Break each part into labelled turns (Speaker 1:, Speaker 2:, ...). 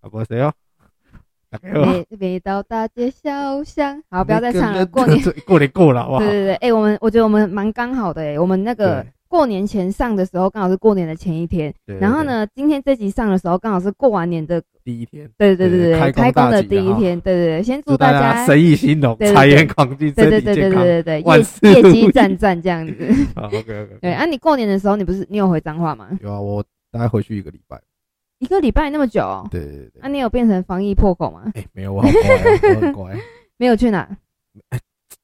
Speaker 1: 啊，不谁哦？哎大家好
Speaker 2: 每每到大街小巷，哎好，不要再唱了。过 年，
Speaker 1: 呃每个人过年过了，好不好
Speaker 2: 对？对对，哎、我们我觉得我们蛮刚好的哎、我们那个
Speaker 1: 对
Speaker 2: 过年前上的时候，刚好是过年的前一天。
Speaker 1: 对
Speaker 2: 然后？呢，今天这集上的时候，刚好是过完年的，
Speaker 1: 对对第一天，
Speaker 2: 对对对
Speaker 1: 对
Speaker 2: 对，
Speaker 1: 开
Speaker 2: 开
Speaker 1: 工
Speaker 2: 工
Speaker 1: 大
Speaker 2: 的
Speaker 1: 吉
Speaker 2: 第一天，对对对，先祝
Speaker 1: 祝大家
Speaker 2: 家，
Speaker 1: 生意兴隆，
Speaker 2: 对对
Speaker 1: 财源广进，身
Speaker 2: 对对
Speaker 1: 体
Speaker 2: 对对
Speaker 1: 健康。
Speaker 2: 对对对，
Speaker 1: 万
Speaker 2: 业
Speaker 1: 事如
Speaker 2: 业
Speaker 1: 意
Speaker 2: 绩赞赞这样子。
Speaker 1: 好，OK OK。
Speaker 2: 对啊，你过年的时候，你不是你有回彰化吗？
Speaker 1: 有啊，我大概回去一个礼拜。
Speaker 2: 一个礼拜那么久哦、
Speaker 1: 对对对
Speaker 2: 那、
Speaker 1: 对。
Speaker 2: 你有变成防疫破口吗？
Speaker 1: 哎，没有，我好乖哦，我很乖。
Speaker 2: 没有去哪？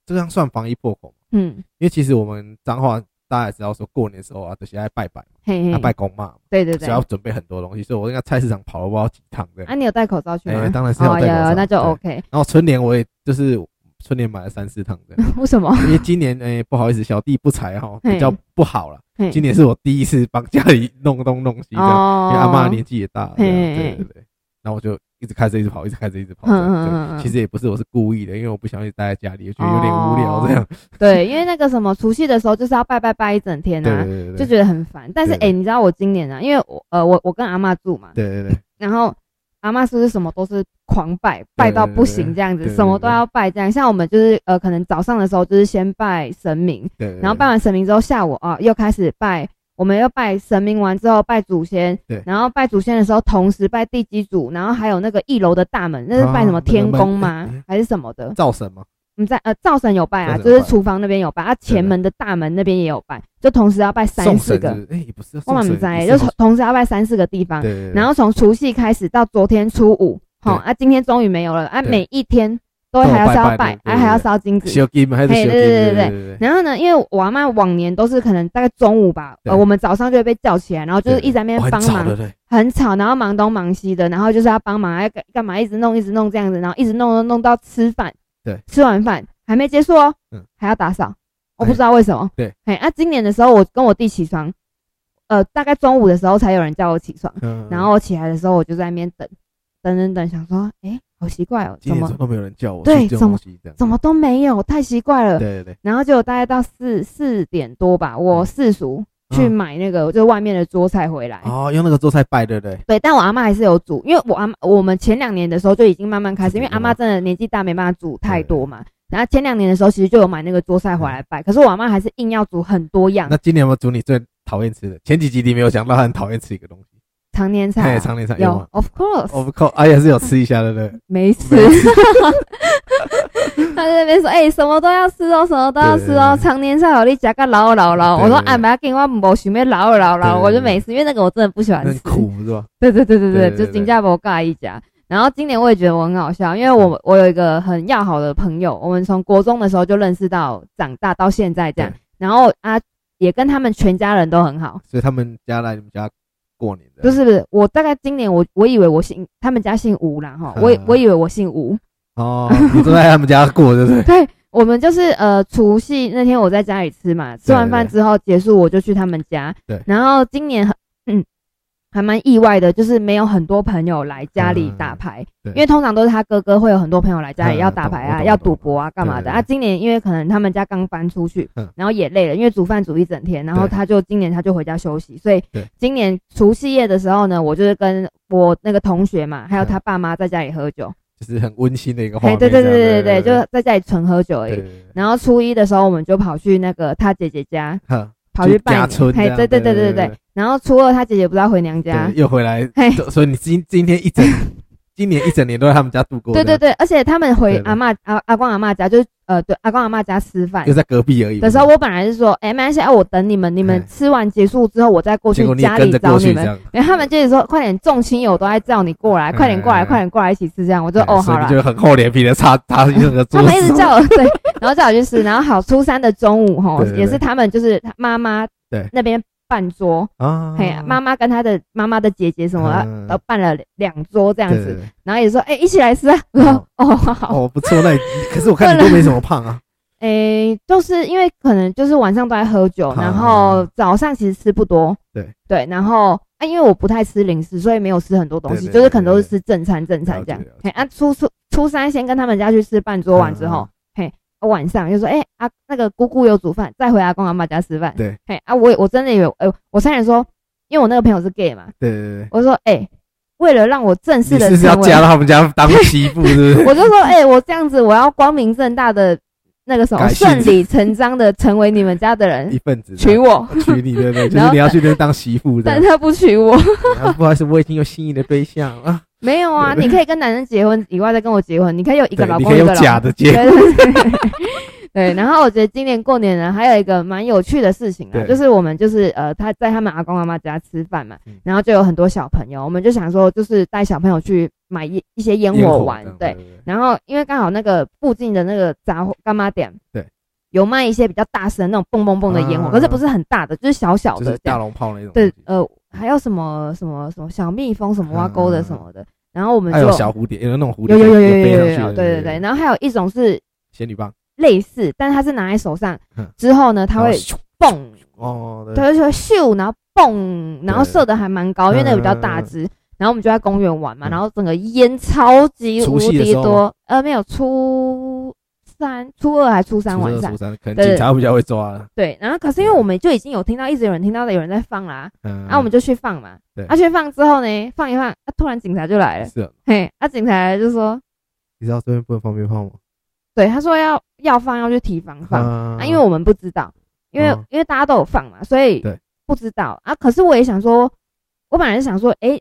Speaker 1: 这样算防疫破口吗？
Speaker 2: 嗯，
Speaker 1: 因为其实我们彰化大家也知道，说过年的时候啊，都是爱拜拜嘛，
Speaker 2: 嘿
Speaker 1: 要
Speaker 2: 嘿，
Speaker 1: 啊拜公妈嘛，
Speaker 2: 嗯对对
Speaker 1: 所
Speaker 2: 对
Speaker 1: 以。要准备很多东西。所以我应该菜市场跑了不知道几趟这样
Speaker 2: 啊，。你有戴口罩去吗？
Speaker 1: 哎当然是要
Speaker 2: 哦，
Speaker 1: 戴口
Speaker 2: 有
Speaker 1: 罩
Speaker 2: 有，那就
Speaker 1: 对
Speaker 2: OK。
Speaker 1: 然后春联我也就是春联买了三四趟这样，
Speaker 2: 为什么？
Speaker 1: 因为今年哎、不好意思，小弟不才哈，
Speaker 2: 嘿
Speaker 1: 比较不好了。
Speaker 2: 嘿
Speaker 1: 今年是我第一次帮家里弄东弄西这样，因
Speaker 2: 哦，
Speaker 1: 为阿妈年纪也大了，这样
Speaker 2: 嘿嘿
Speaker 1: 对对对。然后我就一直开车一直跑，一直开车一直跑。这
Speaker 2: 嗯嗯嗯
Speaker 1: 样
Speaker 2: 嗯
Speaker 1: 对，
Speaker 2: 嗯
Speaker 1: 其实也不是我是故意的，因为我不想一直待在家里，觉得有点无聊这
Speaker 2: 哦
Speaker 1: 样。
Speaker 2: 对，因为那个什么除夕的时候就是要拜拜拜一整天
Speaker 1: 对对
Speaker 2: 啊，
Speaker 1: 对对，
Speaker 2: 就
Speaker 1: 对
Speaker 2: 觉得很烦。但是
Speaker 1: 对
Speaker 2: 哎，你知道我今年啊，因为我呃我我跟阿妈住嘛，
Speaker 1: 对对对，
Speaker 2: 然后阿妈是不是什么都是狂拜，拜到不行这样
Speaker 1: 对对
Speaker 2: 子，
Speaker 1: 对
Speaker 2: 什么都要拜这样。像我们就是呃可能早上的时候就是先拜神明，
Speaker 1: 对对
Speaker 2: 然后拜完神明之后，下午啊又开始拜，我们又拜神明完之后拜祖先，
Speaker 1: 对
Speaker 2: 然后拜祖先的时候同时拜地基主，然后还有那个一楼的大门，那是拜什么
Speaker 1: 啊
Speaker 2: 天宫
Speaker 1: 那个
Speaker 2: 吗
Speaker 1: 门？
Speaker 2: 还是什么的？
Speaker 1: 灶神嘛，
Speaker 2: 我们在呃灶神有拜啊，
Speaker 1: 灶神有
Speaker 2: 就
Speaker 1: 拜
Speaker 2: 是厨房那边有拜，啊前门的大门那边也有拜，就同时要拜三
Speaker 1: 送神是
Speaker 2: 四个
Speaker 1: 不，是哎，也不是
Speaker 2: 我
Speaker 1: 送
Speaker 2: 满
Speaker 1: 神，
Speaker 2: 在，
Speaker 1: 也
Speaker 2: 就是同同时要拜三四个地方
Speaker 1: 对，对对，对
Speaker 2: 然后从除夕开始到昨天初五，好
Speaker 1: 对
Speaker 2: 啊，今天终于没有了啊，
Speaker 1: 对
Speaker 2: 每一天都还要
Speaker 1: 都有拜
Speaker 2: 烧
Speaker 1: 拜
Speaker 2: 拜
Speaker 1: 对，对
Speaker 2: 啊
Speaker 1: 对
Speaker 2: 还要烧金子，
Speaker 1: 小金嘛还是小
Speaker 2: 嘿
Speaker 1: 金，
Speaker 2: 对对对
Speaker 1: 对
Speaker 2: 对
Speaker 1: 对对，
Speaker 2: 然后呢，因为我阿妈往年都是可能大概中午吧，
Speaker 1: 对
Speaker 2: 呃，我们早上就会被叫起来，然后就是一直在那
Speaker 1: 哦
Speaker 2: 边
Speaker 1: 很
Speaker 2: 帮
Speaker 1: 吵
Speaker 2: 忙
Speaker 1: 的，对，
Speaker 2: 很吵，然后忙东忙西的，然后就是要帮忙，要干干嘛，一直弄一直弄这样子，然后一直弄弄弄到吃饭，
Speaker 1: 对，
Speaker 2: 吃完饭还没结束哦，
Speaker 1: 嗯
Speaker 2: 还要打扫，我不知道为什么，
Speaker 1: 对，
Speaker 2: 哎，啊，今年的时候我跟我弟起床，呃，大概中午的时候才有人叫我起床，
Speaker 1: 嗯
Speaker 2: 然后我起来的时候我就在那边等，等等等，想说，哎，好奇怪哦，
Speaker 1: 今
Speaker 2: 怎
Speaker 1: 年怎么
Speaker 2: 么
Speaker 1: 都没有人叫我
Speaker 2: 对
Speaker 1: 去这种
Speaker 2: 怎么
Speaker 1: 东西这样，
Speaker 2: 怎么都没有，太奇怪了
Speaker 1: 对，对对，
Speaker 2: 然后就大概到四四点多吧，我四叔去
Speaker 1: 嗯
Speaker 2: 买那个、就是外面的桌菜回来。
Speaker 1: 哦，用那个做菜拜，对不对？
Speaker 2: 对，但我阿妈还是有煮，因为我阿妈我们前两年的时候就已经慢慢开始，
Speaker 1: 自己
Speaker 2: 因为阿
Speaker 1: 弄
Speaker 2: 妈
Speaker 1: 啊
Speaker 2: 真的年纪大，没办法煮太
Speaker 1: 对嗯
Speaker 2: 多嘛。然后前两年的时候，其实就有买那个桌菜回来摆，可是我阿妈还是硬要煮很多样
Speaker 1: 那今年有没有煮你最讨厌吃的？前几集你没有讲到他很讨厌吃一个东西，
Speaker 2: 常年菜
Speaker 1: 哎，
Speaker 2: 啊、
Speaker 1: 常年菜
Speaker 2: 有
Speaker 1: 吗？
Speaker 2: ，of course，
Speaker 1: 我靠，哎也是有吃一下，对不对？
Speaker 2: 没 吃
Speaker 1: 没。
Speaker 2: 他在那边说：“哎、什么都要吃哦，什么都要吃哦
Speaker 1: 对对，对
Speaker 2: 常年菜好你夹个老老老。”
Speaker 1: 对
Speaker 2: 我说
Speaker 1: 对：“对
Speaker 2: 俺妈给我没想要老老老，
Speaker 1: 对对
Speaker 2: 我就
Speaker 1: 对
Speaker 2: 没吃，因为那个我真的不喜欢
Speaker 1: 很
Speaker 2: 吃。”
Speaker 1: 苦是吧？
Speaker 2: 对对对
Speaker 1: 对
Speaker 2: 对对，
Speaker 1: 对
Speaker 2: 就
Speaker 1: 对
Speaker 2: 新加坡尬一家。然后今年我也觉得我很好笑，因为
Speaker 1: 嗯
Speaker 2: 我我有一个很要好的朋友，我们从国中的时候就认识到长大到现在这样
Speaker 1: 对，
Speaker 2: 然后啊也跟他们全家人都很好，
Speaker 1: 所以他们家来你们家过年的，
Speaker 2: 就是不是我大概今年我我以为我姓他们家姓吴啦哈，
Speaker 1: 嗯
Speaker 2: 我以我以为我姓吴，？
Speaker 1: 哦，你都在他们家过，对 不对
Speaker 2: 对我们就是呃除夕那天我在家里吃嘛，吃完饭之后结束我就去他们家，
Speaker 1: 对
Speaker 2: 然后今年很嗯还蛮意外的，就是没有很多朋友来家里打
Speaker 1: 嗯
Speaker 2: 牌。
Speaker 1: 对
Speaker 2: 因为通常都是他哥哥会有很多朋友来家里要打牌
Speaker 1: 嗯懂我
Speaker 2: 啊，
Speaker 1: 懂
Speaker 2: 要赌博啊，干嘛
Speaker 1: 对
Speaker 2: 的
Speaker 1: 对
Speaker 2: 啊。今年因为可能他们家刚搬出去
Speaker 1: 嗯，
Speaker 2: 然后也累了，因为煮饭煮一整天，然后
Speaker 1: 对
Speaker 2: 他就今年他就回家休息，所以
Speaker 1: 对
Speaker 2: 今年除夕夜的时候呢，我就是跟我那个同学嘛，还有
Speaker 1: 嗯
Speaker 2: 他爸妈在家里喝酒，
Speaker 1: 就是很温馨的一个画
Speaker 2: 哎，
Speaker 1: 面。
Speaker 2: 对对对
Speaker 1: 这样
Speaker 2: 对对，
Speaker 1: 哦对，
Speaker 2: 就在家里纯喝酒而
Speaker 1: 对
Speaker 2: 已。
Speaker 1: 对对，
Speaker 2: 然后初一的时候，我们就跑去那个他姐姐家，
Speaker 1: 哼
Speaker 2: 跑
Speaker 1: 就
Speaker 2: 去拜
Speaker 1: 家
Speaker 2: 年，
Speaker 1: 村这
Speaker 2: 嘿，
Speaker 1: 样
Speaker 2: 对对对对
Speaker 1: 对
Speaker 2: 对。然后初二他姐姐不是要回娘家
Speaker 1: 对，，又回来，
Speaker 2: 嘿，
Speaker 1: 所以你今今天一 整今年一整年都在他们家度过，
Speaker 2: 对对，对，而且他们回
Speaker 1: 对对
Speaker 2: 阿嬷阿阿公阿嬷家，就是呃对阿公阿嬷家吃饭
Speaker 1: 又在隔壁而已。
Speaker 2: 的时候，我本来是说，哎、没关系，哎、我等你们，你们
Speaker 1: 哎
Speaker 2: 吃完结束之后，我再过去
Speaker 1: 结果你
Speaker 2: 家
Speaker 1: 也跟
Speaker 2: 里
Speaker 1: 着
Speaker 2: 找
Speaker 1: 过
Speaker 2: 你
Speaker 1: 去这
Speaker 2: 们。
Speaker 1: 样，
Speaker 2: 然后他们就是说，快点，众亲友都在叫你过来，
Speaker 1: 哎
Speaker 2: 快点过
Speaker 1: 哎
Speaker 2: 来，
Speaker 1: 哎
Speaker 2: 快点过来一起吃这样。我就哦，
Speaker 1: 所
Speaker 2: 好
Speaker 1: 以你
Speaker 2: 了。
Speaker 1: 就很厚脸皮的插插那个
Speaker 2: 他
Speaker 1: 桌
Speaker 2: 们一直
Speaker 1: 子，
Speaker 2: 叫我 对，然后叫我去吃，然后好，初三的中午吼，
Speaker 1: 对对对
Speaker 2: 也是他们就是他妈妈
Speaker 1: 对
Speaker 2: 那边办桌，
Speaker 1: 啊
Speaker 2: 嘿，妈妈跟她的妈妈的姐姐什么啊
Speaker 1: 嗯
Speaker 2: 都办了两桌这
Speaker 1: 这
Speaker 2: 样子，。然后也说哎一起来吃啊，我
Speaker 1: 哦
Speaker 2: 说哦好，
Speaker 1: 哦，不错，那你可是我看你都没怎么胖 啊。
Speaker 2: 诶、就是因为可能就是晚上都在喝酒，
Speaker 1: 啊
Speaker 2: 然后早上其实吃不多，
Speaker 1: 对
Speaker 2: 对，然后啊，因为我不太吃零食，所以没有吃很多东西，
Speaker 1: 对对
Speaker 2: 就是可能都是吃正餐正餐这样
Speaker 1: 了解了。
Speaker 2: 嘿，啊，初初初三先跟他们家去吃半桌完之后，
Speaker 1: 啊
Speaker 2: 嘿，啊晚上就说，哎、啊，那个姑姑有煮饭，再回阿公阿妈家吃饭。
Speaker 1: 对，
Speaker 2: 呃嘿，啊，我也我真的以为，哎、我差点说，因为我那个朋友是 gay 嘛，
Speaker 1: 嗯对对对，
Speaker 2: 我说，哎、为了让我正式
Speaker 1: 你
Speaker 2: 的
Speaker 1: 是不是要
Speaker 2: 成为
Speaker 1: 嫁到他们家当媳妇，是不是？
Speaker 2: 我就说，哎、我这样子，我要光明正大的那个什么，
Speaker 1: 改姓
Speaker 2: 顺理成章的成为你们家的 人
Speaker 1: 一，份子
Speaker 2: 娶我。
Speaker 1: 娶你对不对？就
Speaker 2: 然
Speaker 1: 是
Speaker 2: 后
Speaker 1: 你要去那边当媳妇
Speaker 2: 但
Speaker 1: 的。
Speaker 2: 他不娶 我，
Speaker 1: 啊不好意思，我已经有心仪的对象了啊。
Speaker 2: 没有啊！
Speaker 1: 对
Speaker 2: 你可以跟男人结婚以外再跟我结婚，你可以有一个
Speaker 1: 对
Speaker 2: 老
Speaker 1: 你
Speaker 2: 公
Speaker 1: 可以
Speaker 2: 一
Speaker 1: 用
Speaker 2: 个老
Speaker 1: 假的结
Speaker 2: 对对 对对对对，然后我觉得今年过年呢，还有一个蛮有趣的事情啊，
Speaker 1: 对
Speaker 2: 就是我们就是呃，他在他们阿公阿妈家吃饭嘛
Speaker 1: 嗯，
Speaker 2: 然后就有很多小朋友，我们就想说就是带小朋友去买一一些烟
Speaker 1: 烟
Speaker 2: 火
Speaker 1: 火嗯
Speaker 2: 玩
Speaker 1: 这样，
Speaker 2: 对，
Speaker 1: 对
Speaker 2: 然后因为刚好那个附近的那个杂货干妈店，
Speaker 1: 对，
Speaker 2: 有卖一些比较大声那种蹦蹦蹦的烟火，
Speaker 1: 啊
Speaker 2: 可是不是很大的，就是小小
Speaker 1: 对就
Speaker 2: 的
Speaker 1: 是
Speaker 2: 这
Speaker 1: 大
Speaker 2: 样。
Speaker 1: 龙炮那种。
Speaker 2: 对，，呃，还有什么什么什么小蜜蜂、什么挖沟的
Speaker 1: 啊
Speaker 2: 什么的，然后我们
Speaker 1: 还
Speaker 2: 就
Speaker 1: 有小蝴蝶，有那种蝴蝶
Speaker 2: 有有有有有
Speaker 1: 飞
Speaker 2: 有
Speaker 1: 上
Speaker 2: 有
Speaker 1: 去
Speaker 2: 有，
Speaker 1: 的
Speaker 2: 对对对，，然后还有一种是
Speaker 1: 仙女棒
Speaker 2: 类似，但是它是拿在手上
Speaker 1: 嗯
Speaker 2: 之后呢，它
Speaker 1: 然后
Speaker 2: 会
Speaker 1: 咻
Speaker 2: 蹦，
Speaker 1: 哦，对
Speaker 2: 它就说咻，然后蹦，然后射的还蛮高，因为那个比较大只。然后我们就在公园玩嘛，
Speaker 1: 嗯
Speaker 2: 然后整个烟超级
Speaker 1: 除
Speaker 2: 无
Speaker 1: 夕的
Speaker 2: 敌
Speaker 1: 时候
Speaker 2: 多，呃，没有初三、初二还初三
Speaker 1: 初
Speaker 2: 晚
Speaker 1: 二
Speaker 2: 上
Speaker 1: 初，三可能
Speaker 2: 对
Speaker 1: 警察比较会抓了。
Speaker 2: 对。然后可是因为我们就已经有听到，一直有人听到的有人在放啦，
Speaker 1: 嗯，
Speaker 2: 然后我们就去放嘛
Speaker 1: 对，
Speaker 2: 啊去放之后呢，放一放，啊突然警察就来了，
Speaker 1: 是啊，
Speaker 2: 嘿，啊警察来就说，
Speaker 1: 你知道这边不能放鞭炮吗？
Speaker 2: 对，他说要要放要去提防放，
Speaker 1: 啊
Speaker 2: 啊，因为我们不知道，因为、
Speaker 1: 哦
Speaker 2: 因为大家都有放嘛，所以
Speaker 1: 对
Speaker 2: 不知道啊。可是我也想说，我本来是想说，诶，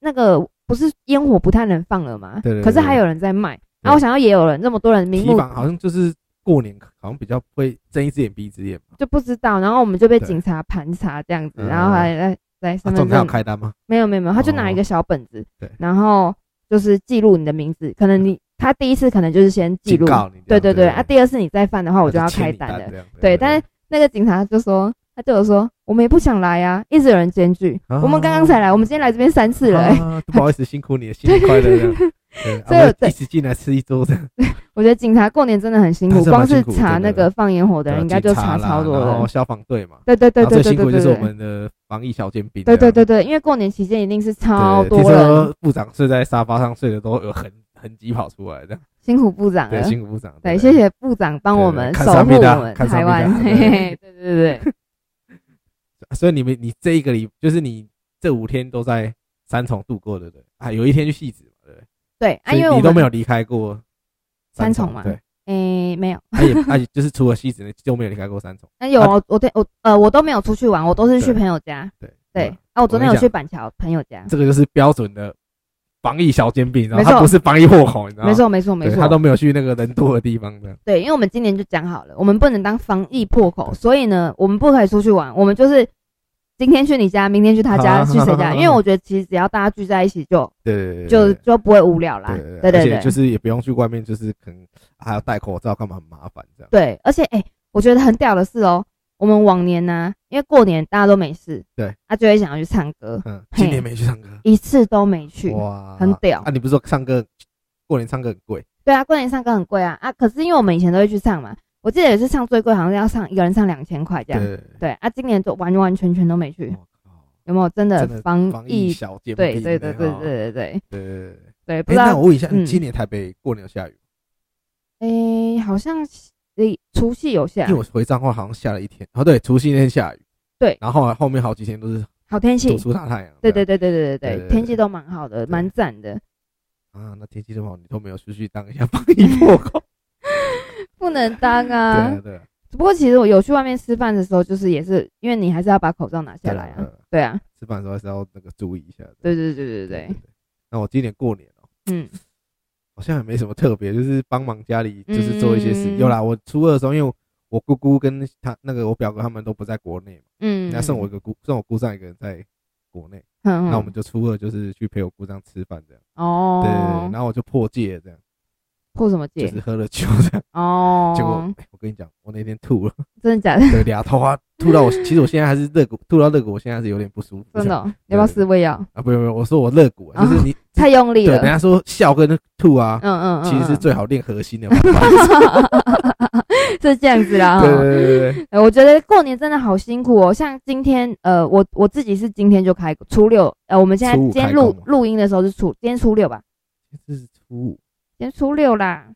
Speaker 2: 那个不是烟火不太能放了吗？
Speaker 1: 对对对
Speaker 2: 可是还有人在卖，然后
Speaker 1: 对
Speaker 2: 我想要也有人，那么多人明
Speaker 1: 提
Speaker 2: 目
Speaker 1: 防好像就是过年好像比较会睁一只眼闭一只眼嘛。
Speaker 2: 就不知道，然后我们就被
Speaker 1: 对
Speaker 2: 警察盘查这样子，
Speaker 1: 嗯
Speaker 2: 然后还在在
Speaker 1: 啊
Speaker 2: 身份
Speaker 1: 总裁有
Speaker 2: 证
Speaker 1: 开单吗？
Speaker 2: 没有没有没有，他就
Speaker 1: 哦
Speaker 2: 拿一个小本子
Speaker 1: 对，
Speaker 2: 然后就是记录你的名字，可能你他第一次可能就是先记录
Speaker 1: 警，告你这样。
Speaker 2: 对对对，啊，第二次你再犯的话，我就要
Speaker 1: 他签
Speaker 2: 开
Speaker 1: 你
Speaker 2: 单了。
Speaker 1: 这样。
Speaker 2: 对，但是那个警察就说，他对我说，我们也不想来啊，一直有人检举，
Speaker 1: 啊
Speaker 2: 我们刚刚才来，我们今天来这边三次了、欸
Speaker 1: 啊不好意思，辛苦你了，新年快乐 这样。对啊
Speaker 2: 所以我
Speaker 1: 我
Speaker 2: 对
Speaker 1: 一起进来吃一桌这样，
Speaker 2: 我觉得警察过年真的很辛苦，
Speaker 1: 还是蛮
Speaker 2: 光是
Speaker 1: 辛苦
Speaker 2: 查
Speaker 1: 真的
Speaker 2: 那个放烟火的人，
Speaker 1: 对
Speaker 2: 应该就
Speaker 1: 警察啦
Speaker 2: 超多
Speaker 1: 然后
Speaker 2: 人。
Speaker 1: 消防队嘛，
Speaker 2: 对对对
Speaker 1: 然后
Speaker 2: 对
Speaker 1: 最
Speaker 2: 对
Speaker 1: 辛苦
Speaker 2: 对
Speaker 1: 就是我
Speaker 2: 对。
Speaker 1: 们的防疫小尖兵这
Speaker 2: 对
Speaker 1: 样。
Speaker 2: 对对对，因为过年期间一定是超
Speaker 1: 对，
Speaker 2: 多
Speaker 1: 听
Speaker 2: 人，
Speaker 1: 说部长睡在沙发上睡的都有痕痕迹跑出来这样。
Speaker 2: 辛苦部长
Speaker 1: 对，
Speaker 2: 了。
Speaker 1: 辛苦部长。
Speaker 2: 啊对，
Speaker 1: 不
Speaker 2: 谢。谢部长帮我们
Speaker 1: 对对
Speaker 2: 守
Speaker 1: 看上
Speaker 2: 护
Speaker 1: 面的啊
Speaker 2: 我们
Speaker 1: 看
Speaker 2: 台
Speaker 1: 上面的啊
Speaker 2: 湾。嘿
Speaker 1: 对
Speaker 2: 嘿嘿对对对对，
Speaker 1: 啊所以你们你这一个礼就是你这五天都在三重度过的，对不对？啊，有一天去戏子嘛，对不对？
Speaker 2: 对啊，
Speaker 1: 所以
Speaker 2: 因为我
Speaker 1: 你都没有
Speaker 2: 们
Speaker 1: 离开过
Speaker 2: 三重
Speaker 1: 重
Speaker 2: 嘛
Speaker 1: 对，啊
Speaker 2: 诶没有，
Speaker 1: 而且而且就是除了戏子呢，就没有离开过三重。
Speaker 2: 那有
Speaker 1: 啊
Speaker 2: 我我对我呃我都没有出去玩，我都是去
Speaker 1: 对
Speaker 2: 朋友家。
Speaker 1: 对
Speaker 2: 对，啊，我昨
Speaker 1: 我跟你
Speaker 2: 天有
Speaker 1: 讲
Speaker 2: 去板桥朋友家。
Speaker 1: 这个就是标准的防疫小煎饼，然后
Speaker 2: 没错
Speaker 1: 他不是防疫祸口，你知道吗？
Speaker 2: 没，错，没错，没
Speaker 1: 对，他
Speaker 2: 错
Speaker 1: 都。没有去那个人多的地方的。
Speaker 2: 对，因为我们今年就讲好了，我们不能当防疫破口，所以呢，我们不可以出去玩，我们就是今天去你家，明天去他 家，
Speaker 1: 好
Speaker 2: 去谁家？
Speaker 1: 好
Speaker 2: 因为我觉得其实只要大家聚在一起就，
Speaker 1: 对对对，
Speaker 2: 就就不会无聊啦
Speaker 1: 对。对
Speaker 2: 对
Speaker 1: 而
Speaker 2: 对
Speaker 1: 且就
Speaker 2: 对，
Speaker 1: 是也不用去外面，就是可能还要戴口罩，干嘛很麻烦这样。
Speaker 2: 对，而且哎，我觉得很屌的是哦，我们往年呢，因为过年大家都没事，
Speaker 1: 对，
Speaker 2: 他就会想要去唱歌，
Speaker 1: 嗯，
Speaker 2: 嘿
Speaker 1: 今年没去唱歌，
Speaker 2: 一次都没去。
Speaker 1: 哇，
Speaker 2: 很屌
Speaker 1: 啊！你不是说唱歌过年唱歌很贵？
Speaker 2: 对啊，过年唱歌很贵啊啊！可是因为我们以前都会去唱嘛，我记得有一次唱最贵好像是要唱一个人唱两千块这样。
Speaker 1: 对，
Speaker 2: 对啊，今年就完完全全都没去，
Speaker 1: 我靠，
Speaker 2: 有没有真的
Speaker 1: 真的
Speaker 2: 防
Speaker 1: 防疫
Speaker 2: 疫？
Speaker 1: 小煎饼
Speaker 2: 对
Speaker 1: 呢，
Speaker 2: 对对对
Speaker 1: 哈对
Speaker 2: 对对对
Speaker 1: 对对对。
Speaker 2: 对，不
Speaker 1: 哎，
Speaker 2: 知
Speaker 1: 那
Speaker 2: 道
Speaker 1: 我问一下，
Speaker 2: 嗯
Speaker 1: 你今年台北过年有下雨吗？
Speaker 2: 诶，好像诶除夕有啊下
Speaker 1: 因为我回彰化好像下了一天，哦对，除夕那天下雨，
Speaker 2: 对
Speaker 1: 然后后面好几天都是
Speaker 2: 好天气
Speaker 1: 躲，出大太阳，
Speaker 2: 对对对对对对
Speaker 1: 对对
Speaker 2: 对，天气都蛮好的，蛮赞的。
Speaker 1: 啊，那天气这么好，你都没有出去当一下防疫破口，
Speaker 2: 不能当
Speaker 1: 对
Speaker 2: 嗯啊
Speaker 1: 啊，对啊，
Speaker 2: 只不过其实我有去外面吃饭的时候，就是也是因为你还是要把口罩拿下
Speaker 1: 对
Speaker 2: 来啊
Speaker 1: 呃，
Speaker 2: 对啊，
Speaker 1: 吃饭的时候还是要那个注意一下，
Speaker 2: 对对对
Speaker 1: 对
Speaker 2: 对对，。
Speaker 1: 那我今年过年哦，
Speaker 2: 嗯，
Speaker 1: 好像也没什么特别，就是帮忙家里就是做一些事。
Speaker 2: 嗯
Speaker 1: 有啦，我初二的时候，因为我姑姑跟她那个我表哥他们都不在国内嘛，
Speaker 2: 嗯，
Speaker 1: 那剩我一个姑，剩我姑丈一个人在国内，
Speaker 2: 嗯，
Speaker 1: 那
Speaker 2: 那
Speaker 1: 我们就初二就是去陪我姑丈吃饭这样，对对
Speaker 2: 哦
Speaker 1: 对，，然后我就破戒这样，
Speaker 2: 破什么
Speaker 1: 就
Speaker 2: 戒
Speaker 1: 是喝了酒这样。
Speaker 2: 哦，
Speaker 1: 结果哎我跟你讲，我那天吐了，
Speaker 2: 真的假的？
Speaker 1: 对，俩头发吐到我，其实我现在还是肋骨吐到肋骨，我现在还是有 点不舒服。
Speaker 2: 真的哦，你
Speaker 1: 对
Speaker 2: 要不要
Speaker 1: 对
Speaker 2: 吃胃药？
Speaker 1: 啊，不用不用，我说我肋骨啊，
Speaker 2: 哦
Speaker 1: 就是你
Speaker 2: 太用力
Speaker 1: 对，
Speaker 2: 了
Speaker 1: 人，家说笑跟吐啊，
Speaker 2: 嗯嗯嗯，
Speaker 1: 其实是
Speaker 2: 嗯
Speaker 1: 最好练核心的方 法。
Speaker 2: 是这样子啦。哈
Speaker 1: 对对对对
Speaker 2: 呃我觉得过年真的好辛苦哦。像今天，呃，我我自己是今天就开初六，呃，我们现在
Speaker 1: 初五
Speaker 2: 今天
Speaker 1: 开
Speaker 2: 录
Speaker 1: 工嘛
Speaker 2: 录音的时候是初，今天初六吧？
Speaker 1: 对，这是初五
Speaker 2: 今天初六啦。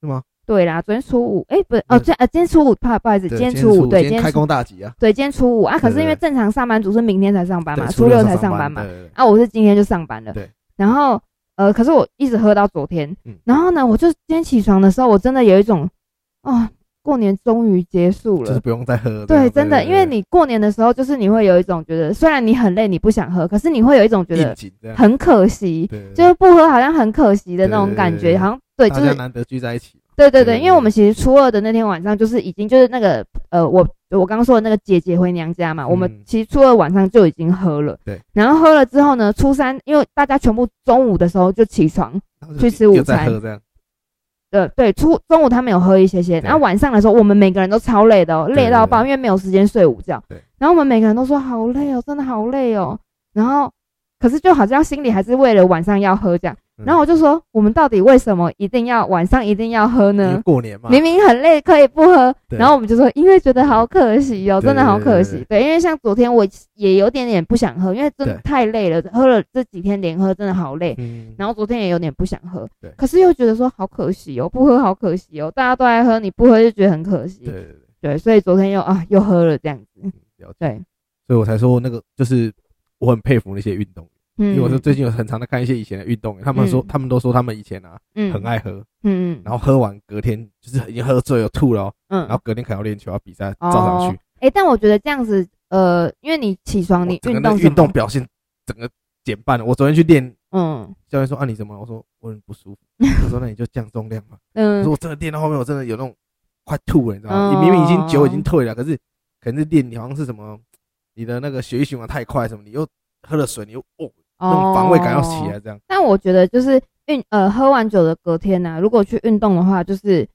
Speaker 1: 是吗？
Speaker 2: 对啦，昨天初五，哎，不是，哦，
Speaker 1: 对
Speaker 2: 今呃今天初五，不好不好意思，
Speaker 1: 对，
Speaker 2: 今天初五，对，
Speaker 1: 今天
Speaker 2: 今天
Speaker 1: 开
Speaker 2: 初
Speaker 1: 工大吉啊，
Speaker 2: 对今天初五啊。可是因为
Speaker 1: 对对对
Speaker 2: 正常上班族是明天才上班嘛，
Speaker 1: 对
Speaker 2: 初六才上
Speaker 1: 班
Speaker 2: 班嘛。
Speaker 1: 对对对
Speaker 2: 啊，我是今天就上班了
Speaker 1: 对。
Speaker 2: 然后呃，可是我一直喝到昨天
Speaker 1: 嗯，
Speaker 2: 然后呢，我就今天起床的时候，我真的有一种，哦，过年终于结束
Speaker 1: 就是
Speaker 2: 了。
Speaker 1: 不用再喝了。
Speaker 2: 对，真的，因为你过年的时候，就是你会有一种觉得，虽然你很累，你不想喝，可是你会有一种觉
Speaker 1: 应
Speaker 2: 得
Speaker 1: 景这样，
Speaker 2: 很可惜，
Speaker 1: 对，对
Speaker 2: 就是不喝好像很可惜的那种感
Speaker 1: 对对
Speaker 2: 觉，
Speaker 1: 对
Speaker 2: 好像对，就
Speaker 1: 大家
Speaker 2: 是
Speaker 1: 难得聚在一起，
Speaker 2: 对对
Speaker 1: 对对
Speaker 2: 对，因为我们其实初二的那天晚上，就是已经就是那个呃，我我刚刚说的那个姐姐回娘家嘛，我们
Speaker 1: 嗯
Speaker 2: 其实初二晚上就已经喝了，
Speaker 1: 对，
Speaker 2: 然后喝了之后呢，初三因为大家全部中午的时候就起床，
Speaker 1: 然后就
Speaker 2: 去吃午
Speaker 1: 又再
Speaker 2: 餐
Speaker 1: 喝这样，
Speaker 2: 呃，对，初中午他们有喝一些些，
Speaker 1: 对
Speaker 2: 然后晚上的时候我们每个人都超累的、哦，
Speaker 1: 对
Speaker 2: 累到爆，因为没有时间睡午觉，
Speaker 1: 对，
Speaker 2: 然后我们每个人都说好累哦，真的好累哦，然后可是就好像心里还是为了晚上要喝这样，
Speaker 1: 嗯
Speaker 2: 然后我就说我们到底为什么一定要晚上一定要喝
Speaker 1: 因
Speaker 2: 呢
Speaker 1: 为？过年嘛，
Speaker 2: 明明很累，可以不喝，
Speaker 1: 对
Speaker 2: 然后我们就说，因为觉得好可惜哦、
Speaker 1: 对
Speaker 2: 真的好可
Speaker 1: 对
Speaker 2: 惜。对，因为像昨天我也有点点不想喝，因为真的
Speaker 1: 对
Speaker 2: 太累了，喝了这几天连喝真的好累。
Speaker 1: 嗯，
Speaker 2: 然后昨天也有点不想喝
Speaker 1: 对，
Speaker 2: 可是又觉得说好可惜哦、不喝好可惜哦、大家都爱喝，你不喝就觉得很可惜。
Speaker 1: 对对对，嗯
Speaker 2: 对所以昨天又啊又喝了这样子。
Speaker 1: 了解，
Speaker 2: 对，
Speaker 1: 所以我才说那个就是我很佩服那些运动员，因
Speaker 2: 嗯，
Speaker 1: 为我是最近有很常的看一些以前的运动员，他们说
Speaker 2: 嗯
Speaker 1: 他们都说他们以前啊
Speaker 2: 嗯
Speaker 1: 很，爱喝，
Speaker 2: 嗯嗯，
Speaker 1: 然后喝完隔天就是已经喝醉了吐了哦，
Speaker 2: 嗯，
Speaker 1: 然后隔天可能要练球要比赛，照常去，
Speaker 2: 哎、但我觉得这样子，呃，因为你起床你
Speaker 1: 我整个
Speaker 2: 运
Speaker 1: 那
Speaker 2: 动
Speaker 1: 个
Speaker 2: 什
Speaker 1: 运
Speaker 2: 么
Speaker 1: 动，表现整个减半了。我昨天去练，
Speaker 2: 嗯
Speaker 1: 教练说啊你怎么了？我说我很不舒 服，他说那你就降重量嘛。我
Speaker 2: 嗯
Speaker 1: 说我真的练到后面我真的有那种快吐了，你知道吗？
Speaker 2: 哦
Speaker 1: 你明明已经酒已经退了，可是可能是练你好像是什么你的那个血液循环太快什么，你又喝了水，你又哦那种防卫感要起
Speaker 2: 哦
Speaker 1: 来这样。
Speaker 2: 但我觉得就是运呃喝完酒的隔天啊呢、如果去运动的话，就是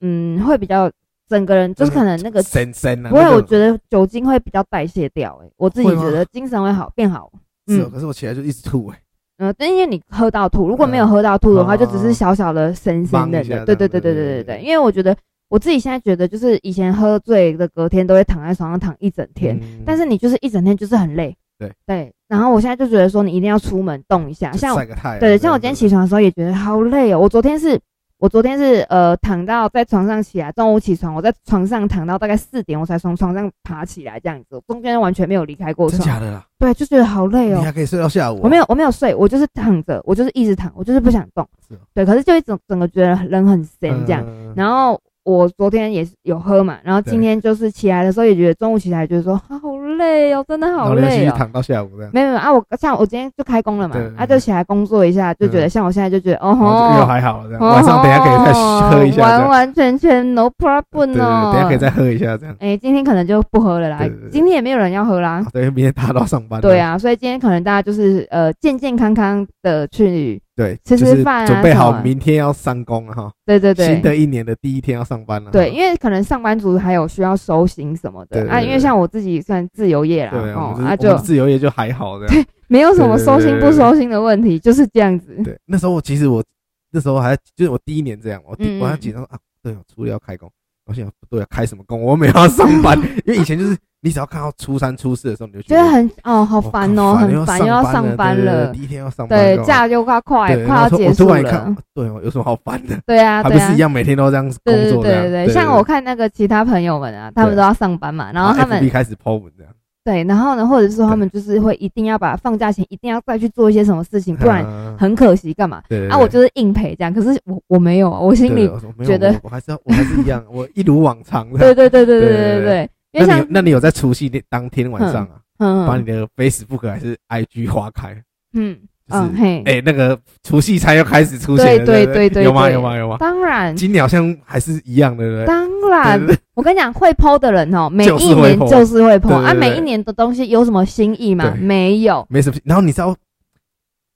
Speaker 2: 嗯会比较整个人就是可能那个
Speaker 1: 神神啊，
Speaker 2: 不会，
Speaker 1: 那个
Speaker 2: 我觉得酒精会比较代谢掉、欸，我自己
Speaker 1: 会吗
Speaker 2: 觉得精神会好变好。
Speaker 1: 是哦，
Speaker 2: 嗯
Speaker 1: 可是我起来就一直吐哎，
Speaker 2: 嗯，但因为你喝到吐，如果没有喝到吐的话，
Speaker 1: 哦
Speaker 2: 就只是小小的神神
Speaker 1: 忙
Speaker 2: 的
Speaker 1: 一下
Speaker 2: 的，对
Speaker 1: 这
Speaker 2: 对
Speaker 1: 样对
Speaker 2: 对对对
Speaker 1: 对
Speaker 2: 对对
Speaker 1: 对
Speaker 2: 对，因为我觉得我自己现在觉得就是以前喝醉的隔天都会躺在床上躺一整天，
Speaker 1: 嗯
Speaker 2: 但是你就是一整天就是很累，
Speaker 1: 对
Speaker 2: 对，然后我现在就觉得说你一定要出门动一下，
Speaker 1: 就
Speaker 2: 像
Speaker 1: 晒个太阳这
Speaker 2: 对，
Speaker 1: 样，
Speaker 2: 像我今天起床的时候也觉得好累哦。我昨天是，我昨天是呃躺到在床上起来，中午起床，我在床上躺到大概四点，我才从床上爬起来这样子，我中间完全没有离开过
Speaker 1: 真
Speaker 2: 床。
Speaker 1: 假的啦，
Speaker 2: 对，就觉得好累
Speaker 1: 你
Speaker 2: 哦。
Speaker 1: 还可以睡到下午啊，
Speaker 2: 我没有，我没有睡，我就是躺着，我就是一直躺，我就是不想动
Speaker 1: 是哦。
Speaker 2: 对，可是就一整整个觉得人很闲这样。
Speaker 1: 嗯
Speaker 2: 然后我昨天也是有喝嘛，然后
Speaker 1: 对
Speaker 2: 今天就是起来的时候也觉得中午起来觉得说啊好累哦，真的
Speaker 1: 然
Speaker 2: 好
Speaker 1: 后连续
Speaker 2: 累哦。
Speaker 1: 躺到下午这样，
Speaker 2: 没有没有啊，我像我今天就开工了嘛
Speaker 1: 对，
Speaker 2: 啊就起来工作一下，就觉得
Speaker 1: 嗯
Speaker 2: 像我现在就觉得哦
Speaker 1: 然后就又哎
Speaker 2: 吼，哦
Speaker 1: 还好了这样，晚上等一下可以再喝一下这
Speaker 2: 完
Speaker 1: 样，
Speaker 2: 完全全 no
Speaker 1: 对
Speaker 2: problem
Speaker 1: 对
Speaker 2: 哦
Speaker 1: 对，。等一下可以再喝一下这样，
Speaker 2: 哎，今天可能就不喝了啦
Speaker 1: 对对对，
Speaker 2: 今天也没有人要喝啦
Speaker 1: 啊。对，明天大家都要上班，
Speaker 2: 对，啊，所以今天可能大家就是呃健健康康的去，
Speaker 1: 对，
Speaker 2: 吃
Speaker 1: 就
Speaker 2: 吃
Speaker 1: 是
Speaker 2: 饭啊
Speaker 1: 准备
Speaker 2: 什
Speaker 1: 好
Speaker 2: 么
Speaker 1: 明天要上工了哈，
Speaker 2: 对对
Speaker 1: 新
Speaker 2: 对。
Speaker 1: 的一年的第一天要上班啊了，
Speaker 2: 对，因为可能上班族还有需要收心什么
Speaker 1: 对对
Speaker 2: 的啊，
Speaker 1: 对
Speaker 2: 因为像我自己算自由业啦，
Speaker 1: 对，我
Speaker 2: 哦
Speaker 1: 们，就是
Speaker 2: 啊
Speaker 1: 我
Speaker 2: 就
Speaker 1: 们自由业就还好这样，
Speaker 2: 没有什么收心不
Speaker 1: 对对对对
Speaker 2: 收心的问题，就是这样子。
Speaker 1: 对，那时候我其实我那时候还就是我第一年这样，我第、
Speaker 2: 嗯嗯
Speaker 1: 我还紧张说啊，对哦，初六要开工，我想不对啊，开什么工？我没有要上 班，因为以前就是你只要看到初三、初四的时候，你就
Speaker 2: 觉
Speaker 1: 得
Speaker 2: 得很哦，好
Speaker 1: 好
Speaker 2: 烦哦，很烦，又要上班
Speaker 1: 对
Speaker 2: 了
Speaker 1: 对对，第一天要上班，
Speaker 2: 对
Speaker 1: 干，嘛
Speaker 2: 假就快快
Speaker 1: 对
Speaker 2: 快
Speaker 1: 然
Speaker 2: 要
Speaker 1: 后
Speaker 2: 结
Speaker 1: 我
Speaker 2: 束
Speaker 1: 突然一看
Speaker 2: 了，，
Speaker 1: 对哦，有什么好烦的？
Speaker 2: 对啊，
Speaker 1: 还
Speaker 2: 对
Speaker 1: 不
Speaker 2: 啊
Speaker 1: 是一，样每天都这样
Speaker 2: 对
Speaker 1: 工
Speaker 2: 对
Speaker 1: 作这样？
Speaker 2: 对对，像我看那个其他朋友们啊，他们都要上班嘛，然后他们
Speaker 1: FB 开始 po 文这样，
Speaker 2: 对，然后呢，或者是说他们就是会一定要把放假前一定要再去做一些什么事情，不然
Speaker 1: 啊
Speaker 2: 很可惜，干嘛？
Speaker 1: 对对
Speaker 2: 啊，我就是硬陪这样，可是我我没有啊，我
Speaker 1: 对
Speaker 2: 心
Speaker 1: 对
Speaker 2: 里
Speaker 1: 我说没有
Speaker 2: 觉得
Speaker 1: 我我还是要我还是一样，我一如往常的。
Speaker 2: 对对对对对
Speaker 1: 对
Speaker 2: 对
Speaker 1: 对
Speaker 2: 对
Speaker 1: 对
Speaker 2: 对，
Speaker 1: 那
Speaker 2: 因为
Speaker 1: 你
Speaker 2: 像
Speaker 1: 有那你有在除夕那当天晚上啊？把你
Speaker 2: 嗯
Speaker 1: 的 Facebook 还是 IG 划开，
Speaker 2: 嗯
Speaker 1: 就是
Speaker 2: 嗯嘿，
Speaker 1: 哎、那个除夕餐又开始出现了，
Speaker 2: 对
Speaker 1: 不
Speaker 2: 对对对
Speaker 1: 有吗？
Speaker 2: 对
Speaker 1: 有吗？有吗？
Speaker 2: 当然
Speaker 1: 今年好像还是一样的，对不对？
Speaker 2: 当然
Speaker 1: 对对对，
Speaker 2: 我跟你讲，会剖的人哦，每
Speaker 1: 就是
Speaker 2: 一
Speaker 1: 会
Speaker 2: 年
Speaker 1: 剖
Speaker 2: 就是会剖
Speaker 1: 对对
Speaker 2: 啊，
Speaker 1: 对
Speaker 2: 每一年的东西有什么新意吗？
Speaker 1: 对
Speaker 2: 没有，
Speaker 1: 没什么。然后你知道，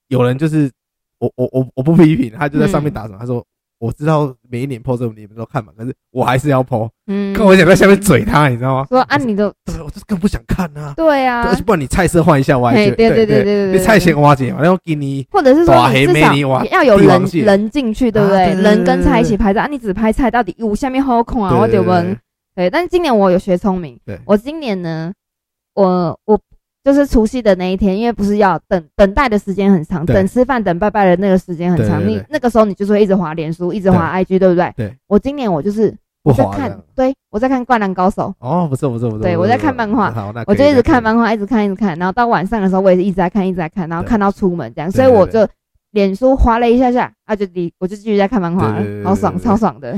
Speaker 1: 有人就是我我我我不批评，他就在上面
Speaker 2: 嗯
Speaker 1: 打什么，他说我知道每一年 PO 这种你们都看嘛，可是我还是要 PO，
Speaker 2: 嗯，
Speaker 1: 跟我想在下面嘴他，你知道吗？
Speaker 2: 说啊，你的
Speaker 1: 对，我就是更不想看啊。
Speaker 2: 对
Speaker 1: 对
Speaker 2: 啊
Speaker 1: 而，且不然你菜色换一下，我还觉
Speaker 2: 嘿
Speaker 1: 得
Speaker 2: 对
Speaker 1: 对
Speaker 2: 对对对对
Speaker 1: 你
Speaker 2: 对
Speaker 1: 菜先挖姐，然后给你
Speaker 2: 或者是
Speaker 1: 大
Speaker 2: 说
Speaker 1: 黑
Speaker 2: 你至
Speaker 1: 妹你哇
Speaker 2: 少要有
Speaker 1: 帝王
Speaker 2: 人
Speaker 1: 蟹
Speaker 2: 人进去，对不
Speaker 1: 啊对
Speaker 2: 对？
Speaker 1: 对对
Speaker 2: 人跟菜一起拍照啊，你只拍菜到底有下面好空啊，我
Speaker 1: 对
Speaker 2: 丢
Speaker 1: 对对
Speaker 2: 分。对，但今年我有学聪明
Speaker 1: 对，
Speaker 2: 我今年呢，我我。就是除夕的那一天，因为不是要等等待的时间很长，
Speaker 1: 对
Speaker 2: 等吃饭、等拜拜的那个时间很
Speaker 1: 对
Speaker 2: 长。
Speaker 1: 对
Speaker 2: 你
Speaker 1: 对
Speaker 2: 那个时候你就是会一直滑脸书，一直滑 IG，对不对？
Speaker 1: 对。
Speaker 2: 我今年我就是
Speaker 1: 不
Speaker 2: 在
Speaker 1: 划这
Speaker 2: 看
Speaker 1: 样，
Speaker 2: 对我在看《灌篮高手》，
Speaker 1: 哦，不错不错不错。
Speaker 2: 对
Speaker 1: 不错
Speaker 2: 我在
Speaker 1: 不错
Speaker 2: 看漫画
Speaker 1: 好，那
Speaker 2: 我
Speaker 1: 啊可
Speaker 2: 就
Speaker 1: 以
Speaker 2: 一直
Speaker 1: 那可以
Speaker 2: 看漫画，一直看，一直看，然后到晚上的时候，我也是一直在看，一直在看，然后
Speaker 1: 对
Speaker 2: 看到出门这样，
Speaker 1: 对
Speaker 2: 所以我
Speaker 1: 对
Speaker 2: 就脸书划了一下下，啊，就离我就继续在看漫画
Speaker 1: 对对对
Speaker 2: 了，好爽，
Speaker 1: 对对
Speaker 2: 超爽的。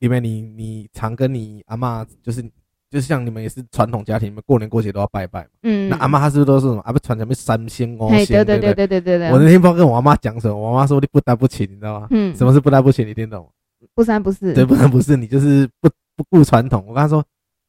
Speaker 1: 因为你你常跟你阿嬷就是就是像你们也是传统家庭，你们过年过节都要拜拜嘛。
Speaker 2: 嗯，
Speaker 1: 那阿嬷她是不是都是什么啊？不传什么三仙哦
Speaker 2: 嘿，对
Speaker 1: 仙，
Speaker 2: 对
Speaker 1: 不
Speaker 2: 对对对对对，
Speaker 1: 我那天不知道跟我阿妈讲什么，我阿妈说你不担不起，你知道吗？
Speaker 2: 嗯，
Speaker 1: 什么是不担不起？你听懂吗？
Speaker 2: 不三不四，
Speaker 1: 对，不能不是你就是不不顾传统。我跟她说，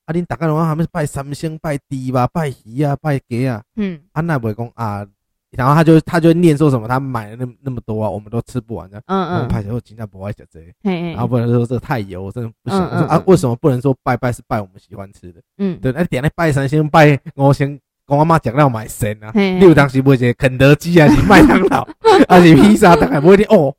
Speaker 1: 啊，你打开的话，还没拜三仙、拜猪吧、拜鱼啊、拜鸡啊，
Speaker 2: 嗯，
Speaker 1: 啊，那不会讲啊。然后她就她就念说什么，她买了那么那么多啊，我们都吃不完这样。我
Speaker 2: 嗯
Speaker 1: 们
Speaker 2: 嗯，
Speaker 1: 拍起来我真的不爱吃这个，
Speaker 2: 嘿嘿，
Speaker 1: 然后不能说这个太油，我真的不行。
Speaker 2: 嗯
Speaker 1: 我说
Speaker 2: 嗯
Speaker 1: 啊
Speaker 2: 嗯，
Speaker 1: 为什么不能说拜拜是拜我们喜欢吃的？
Speaker 2: 嗯，
Speaker 1: 对，那点来拜三仙、拜五仙，跟我妈讲到买神啊。
Speaker 2: 嘿，
Speaker 1: 你有当时买一个肯德基啊，是麦当 劳，还是披萨，大概不会听哦。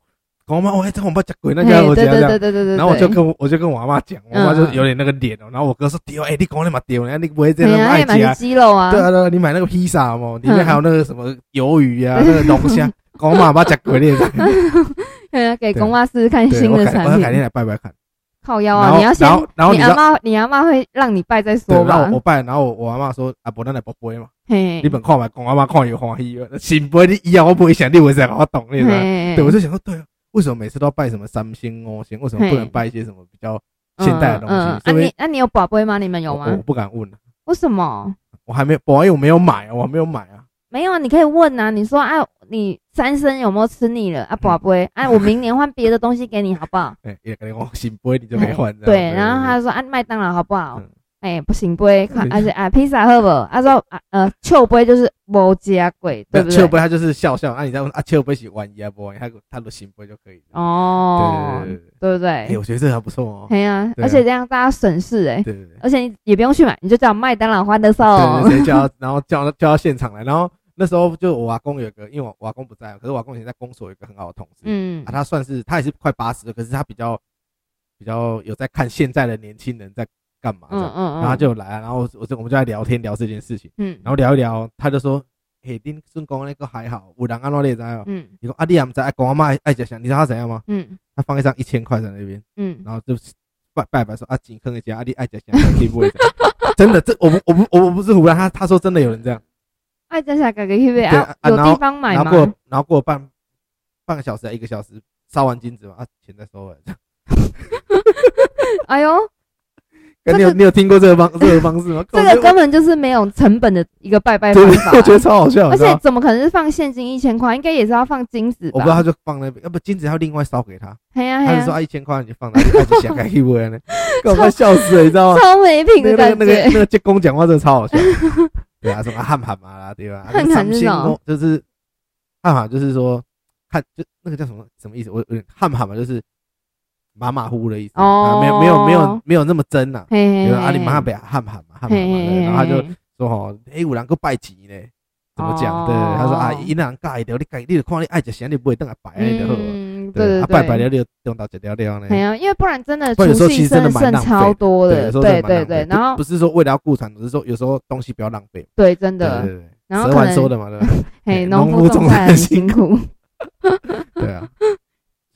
Speaker 1: 跟我妈，我还真我没吃过，那
Speaker 2: 嘿
Speaker 1: 家我
Speaker 2: 对
Speaker 1: 讲
Speaker 2: 对对
Speaker 1: 讲。
Speaker 2: 对对对，
Speaker 1: 然后我就
Speaker 2: 对
Speaker 1: 跟我我就跟我妈讲，我妈就
Speaker 2: 嗯嗯
Speaker 1: 有点那个脸哦。然后我哥说丢，哎，你讲你嘛丢，哎你不会这样
Speaker 2: 嘿
Speaker 1: 那么
Speaker 2: 啊，
Speaker 1: 爱
Speaker 2: 也蛮
Speaker 1: 吃啊
Speaker 2: 是？肌肉啊，
Speaker 1: 对啊，对啊，你买那个披萨嘛，里面
Speaker 2: 嗯
Speaker 1: 还有那个什么鱿鱼啊，那个龙 虾。跟我妈妈讲过，你也知道
Speaker 2: 对啊，给
Speaker 1: 对
Speaker 2: 公妈试试看
Speaker 1: 对
Speaker 2: 新
Speaker 1: 我
Speaker 2: 的
Speaker 1: 改，我要
Speaker 2: 产
Speaker 1: 改天
Speaker 2: 品，
Speaker 1: 来拜拜看。
Speaker 2: 靠腰
Speaker 1: 然
Speaker 2: 啊，
Speaker 1: 后
Speaker 2: 你要先
Speaker 1: 然后，然后你
Speaker 2: 你
Speaker 1: 知
Speaker 2: 阿
Speaker 1: 道
Speaker 2: 妈，你阿妈会让你拜再
Speaker 1: 对
Speaker 2: 说，吧
Speaker 1: 然后我，拜，然后我阿妈说，啊，不然来拜杯嘛，
Speaker 2: 嘿，
Speaker 1: 你本看嘛，跟我妈看有欢喜，行不？你以后我不会想，你为啥我懂，你知道吗？
Speaker 2: 嘿，
Speaker 1: 对，我就想说，对啊，为什么每次都要拜什么三星哦星？为什么不能
Speaker 2: 嘿
Speaker 1: 拜一些什么比较现代的东
Speaker 2: 嗯嗯
Speaker 1: 西？
Speaker 2: 那
Speaker 1: 因
Speaker 2: 你
Speaker 1: 为
Speaker 2: 那你有宝贝吗？你们有
Speaker 1: 我我
Speaker 2: 吗？
Speaker 1: 不敢问，啊
Speaker 2: 为什么？
Speaker 1: 我还没有，我因为我没有买啊，我还没有买啊。
Speaker 2: 没有，啊，你可以问啊。你说啊，你三生有没有吃腻了啊？宝贝，啊，我明年换别的东西给你，好不好？
Speaker 1: 哎，也跟你讲，行不？ 你就可以换这样。
Speaker 2: 对，然后他说啊，麦当劳好不好
Speaker 1: 嗯？
Speaker 2: 哎，不行，不会，看，而且啊，披萨好不好？他说啊，呃，秋杯就是无加贵，对不
Speaker 1: 那秋
Speaker 2: 对？
Speaker 1: 杯他就是笑笑，啊，你再问啊，秋杯是玩鸭不？他他说行不就可以了。
Speaker 2: 哦，
Speaker 1: 对对对对
Speaker 2: 对不
Speaker 1: 对，哎，
Speaker 2: 对？
Speaker 1: 我觉得这还不错哦。
Speaker 2: 对啊，
Speaker 1: 对啊
Speaker 2: 而且这样大家省事哎，
Speaker 1: 对对对，
Speaker 2: 而且你也不用去买，你就叫麦当劳花的寿。
Speaker 1: 对对对，叫他，然后叫叫到现场来，然后那时候就我阿公有一个，因为我我阿公不在，可是我阿公以前在公所有一个很好的同事，
Speaker 2: 嗯
Speaker 1: 啊，他算是他也是快八十了，可是他比较比较有在看现在的年轻人在干嘛这
Speaker 2: 嗯
Speaker 1: 样，
Speaker 2: 嗯
Speaker 1: 然
Speaker 2: 嗯，
Speaker 1: 后他就有来啊，然后我就我们就在聊天聊这件事情，
Speaker 2: 嗯
Speaker 1: 然后聊一聊，他就说，嘿，恁孙公那个还好，有人安怎你知哦？
Speaker 2: 嗯
Speaker 1: 你说啊，你也不知阿公阿妈爱吃啥，你知道他怎样吗？
Speaker 2: 嗯
Speaker 1: 他放一张一千块在那边，
Speaker 2: 嗯，
Speaker 1: 然后就拜拜拜说啊，金坑一家，啊，你爱吃啥，你不会这样真的，这我不我不我不是胡乱，他他说真的有人这样，
Speaker 2: 爱在下改个 Q 杯
Speaker 1: 对
Speaker 2: 啊
Speaker 1: 啊，
Speaker 2: 有
Speaker 1: 然后
Speaker 2: 地方买
Speaker 1: 然后
Speaker 2: 吗？
Speaker 1: 过了然后过了半半个小时啊，一个小时烧完金子嘛，啊，钱再收回来。
Speaker 2: 哎呦，
Speaker 1: 哎你有你有听过这个方这个方式吗？
Speaker 2: 这个根本就是没有成本的一个拜拜
Speaker 1: 对
Speaker 2: 方
Speaker 1: 对
Speaker 2: 法，
Speaker 1: 我觉得超好笑，
Speaker 2: 而
Speaker 1: 你知道
Speaker 2: 且
Speaker 1: 吗
Speaker 2: 怎么可能是放现金一千块？应该也是要放金子吧？
Speaker 1: 我不知道他就放那边，要不金子要另外烧给他，
Speaker 2: 嘿哎呀
Speaker 1: 他就
Speaker 2: 嘿
Speaker 1: 说
Speaker 2: 呀，
Speaker 1: 啊一千块你就放哪里，他就想开 K 不 呢，搞快笑死了，你知道吗？
Speaker 2: 超没品
Speaker 1: 那
Speaker 2: 的
Speaker 1: 哎个那个
Speaker 2: 感
Speaker 1: 那个
Speaker 2: 觉。
Speaker 1: 那个建工讲话真的超好 笑，对啊，什么汉喊嘛啦，对吧？啊
Speaker 2: 汉
Speaker 1: 那
Speaker 2: 喊是
Speaker 1: 三星
Speaker 2: 什么
Speaker 1: 哦就是汉喊就是说看就那个叫什么什么意思？我有呃点汉喊嘛就是马马虎虎的意思，
Speaker 2: 哦
Speaker 1: 啊没有没有没有没有那么真呐，
Speaker 2: 嘿
Speaker 1: 对
Speaker 2: 嘿，
Speaker 1: 吧？啊你马上
Speaker 2: 嘿
Speaker 1: 被汉喊嘛汉喊嘛，
Speaker 2: 嘿嘿
Speaker 1: 对
Speaker 2: 嘿
Speaker 1: 然后他就
Speaker 2: 嘿
Speaker 1: 说吼，哎，有人个拜钱呢，怎么讲？对，
Speaker 2: 哦
Speaker 1: 他说啊，伊人介条，你介，你就看你爱食啥，你不会当来拜哎安尼就好了。
Speaker 2: 嗯，对对
Speaker 1: 啊，
Speaker 2: 对，
Speaker 1: 拜拜了你就当到一条了呢。
Speaker 2: 嘿呀，因为不然真的
Speaker 1: 不然有时
Speaker 2: 除
Speaker 1: 候其
Speaker 2: 夕
Speaker 1: 实真的
Speaker 2: 的
Speaker 1: 蛮
Speaker 2: 剩
Speaker 1: 浪费
Speaker 2: 超多
Speaker 1: 对，
Speaker 2: 的
Speaker 1: 有，时候真的
Speaker 2: 对
Speaker 1: 蛮浪
Speaker 2: 对
Speaker 1: 费
Speaker 2: 对，
Speaker 1: 不
Speaker 2: 然后
Speaker 1: 不是说为了要顾传统，只是说有时候东西不要浪费。
Speaker 2: 对真
Speaker 1: 对
Speaker 2: 的，
Speaker 1: 对对，
Speaker 2: 然后
Speaker 1: 蛇
Speaker 2: 可
Speaker 1: 丸说
Speaker 2: 能
Speaker 1: 的嘛，对吧？
Speaker 2: 嘿
Speaker 1: 对
Speaker 2: 农
Speaker 1: 农
Speaker 2: 夫
Speaker 1: 夫
Speaker 2: 种
Speaker 1: 种
Speaker 2: 菜
Speaker 1: 菜
Speaker 2: 很
Speaker 1: 辛
Speaker 2: 辛苦，
Speaker 1: 对啊。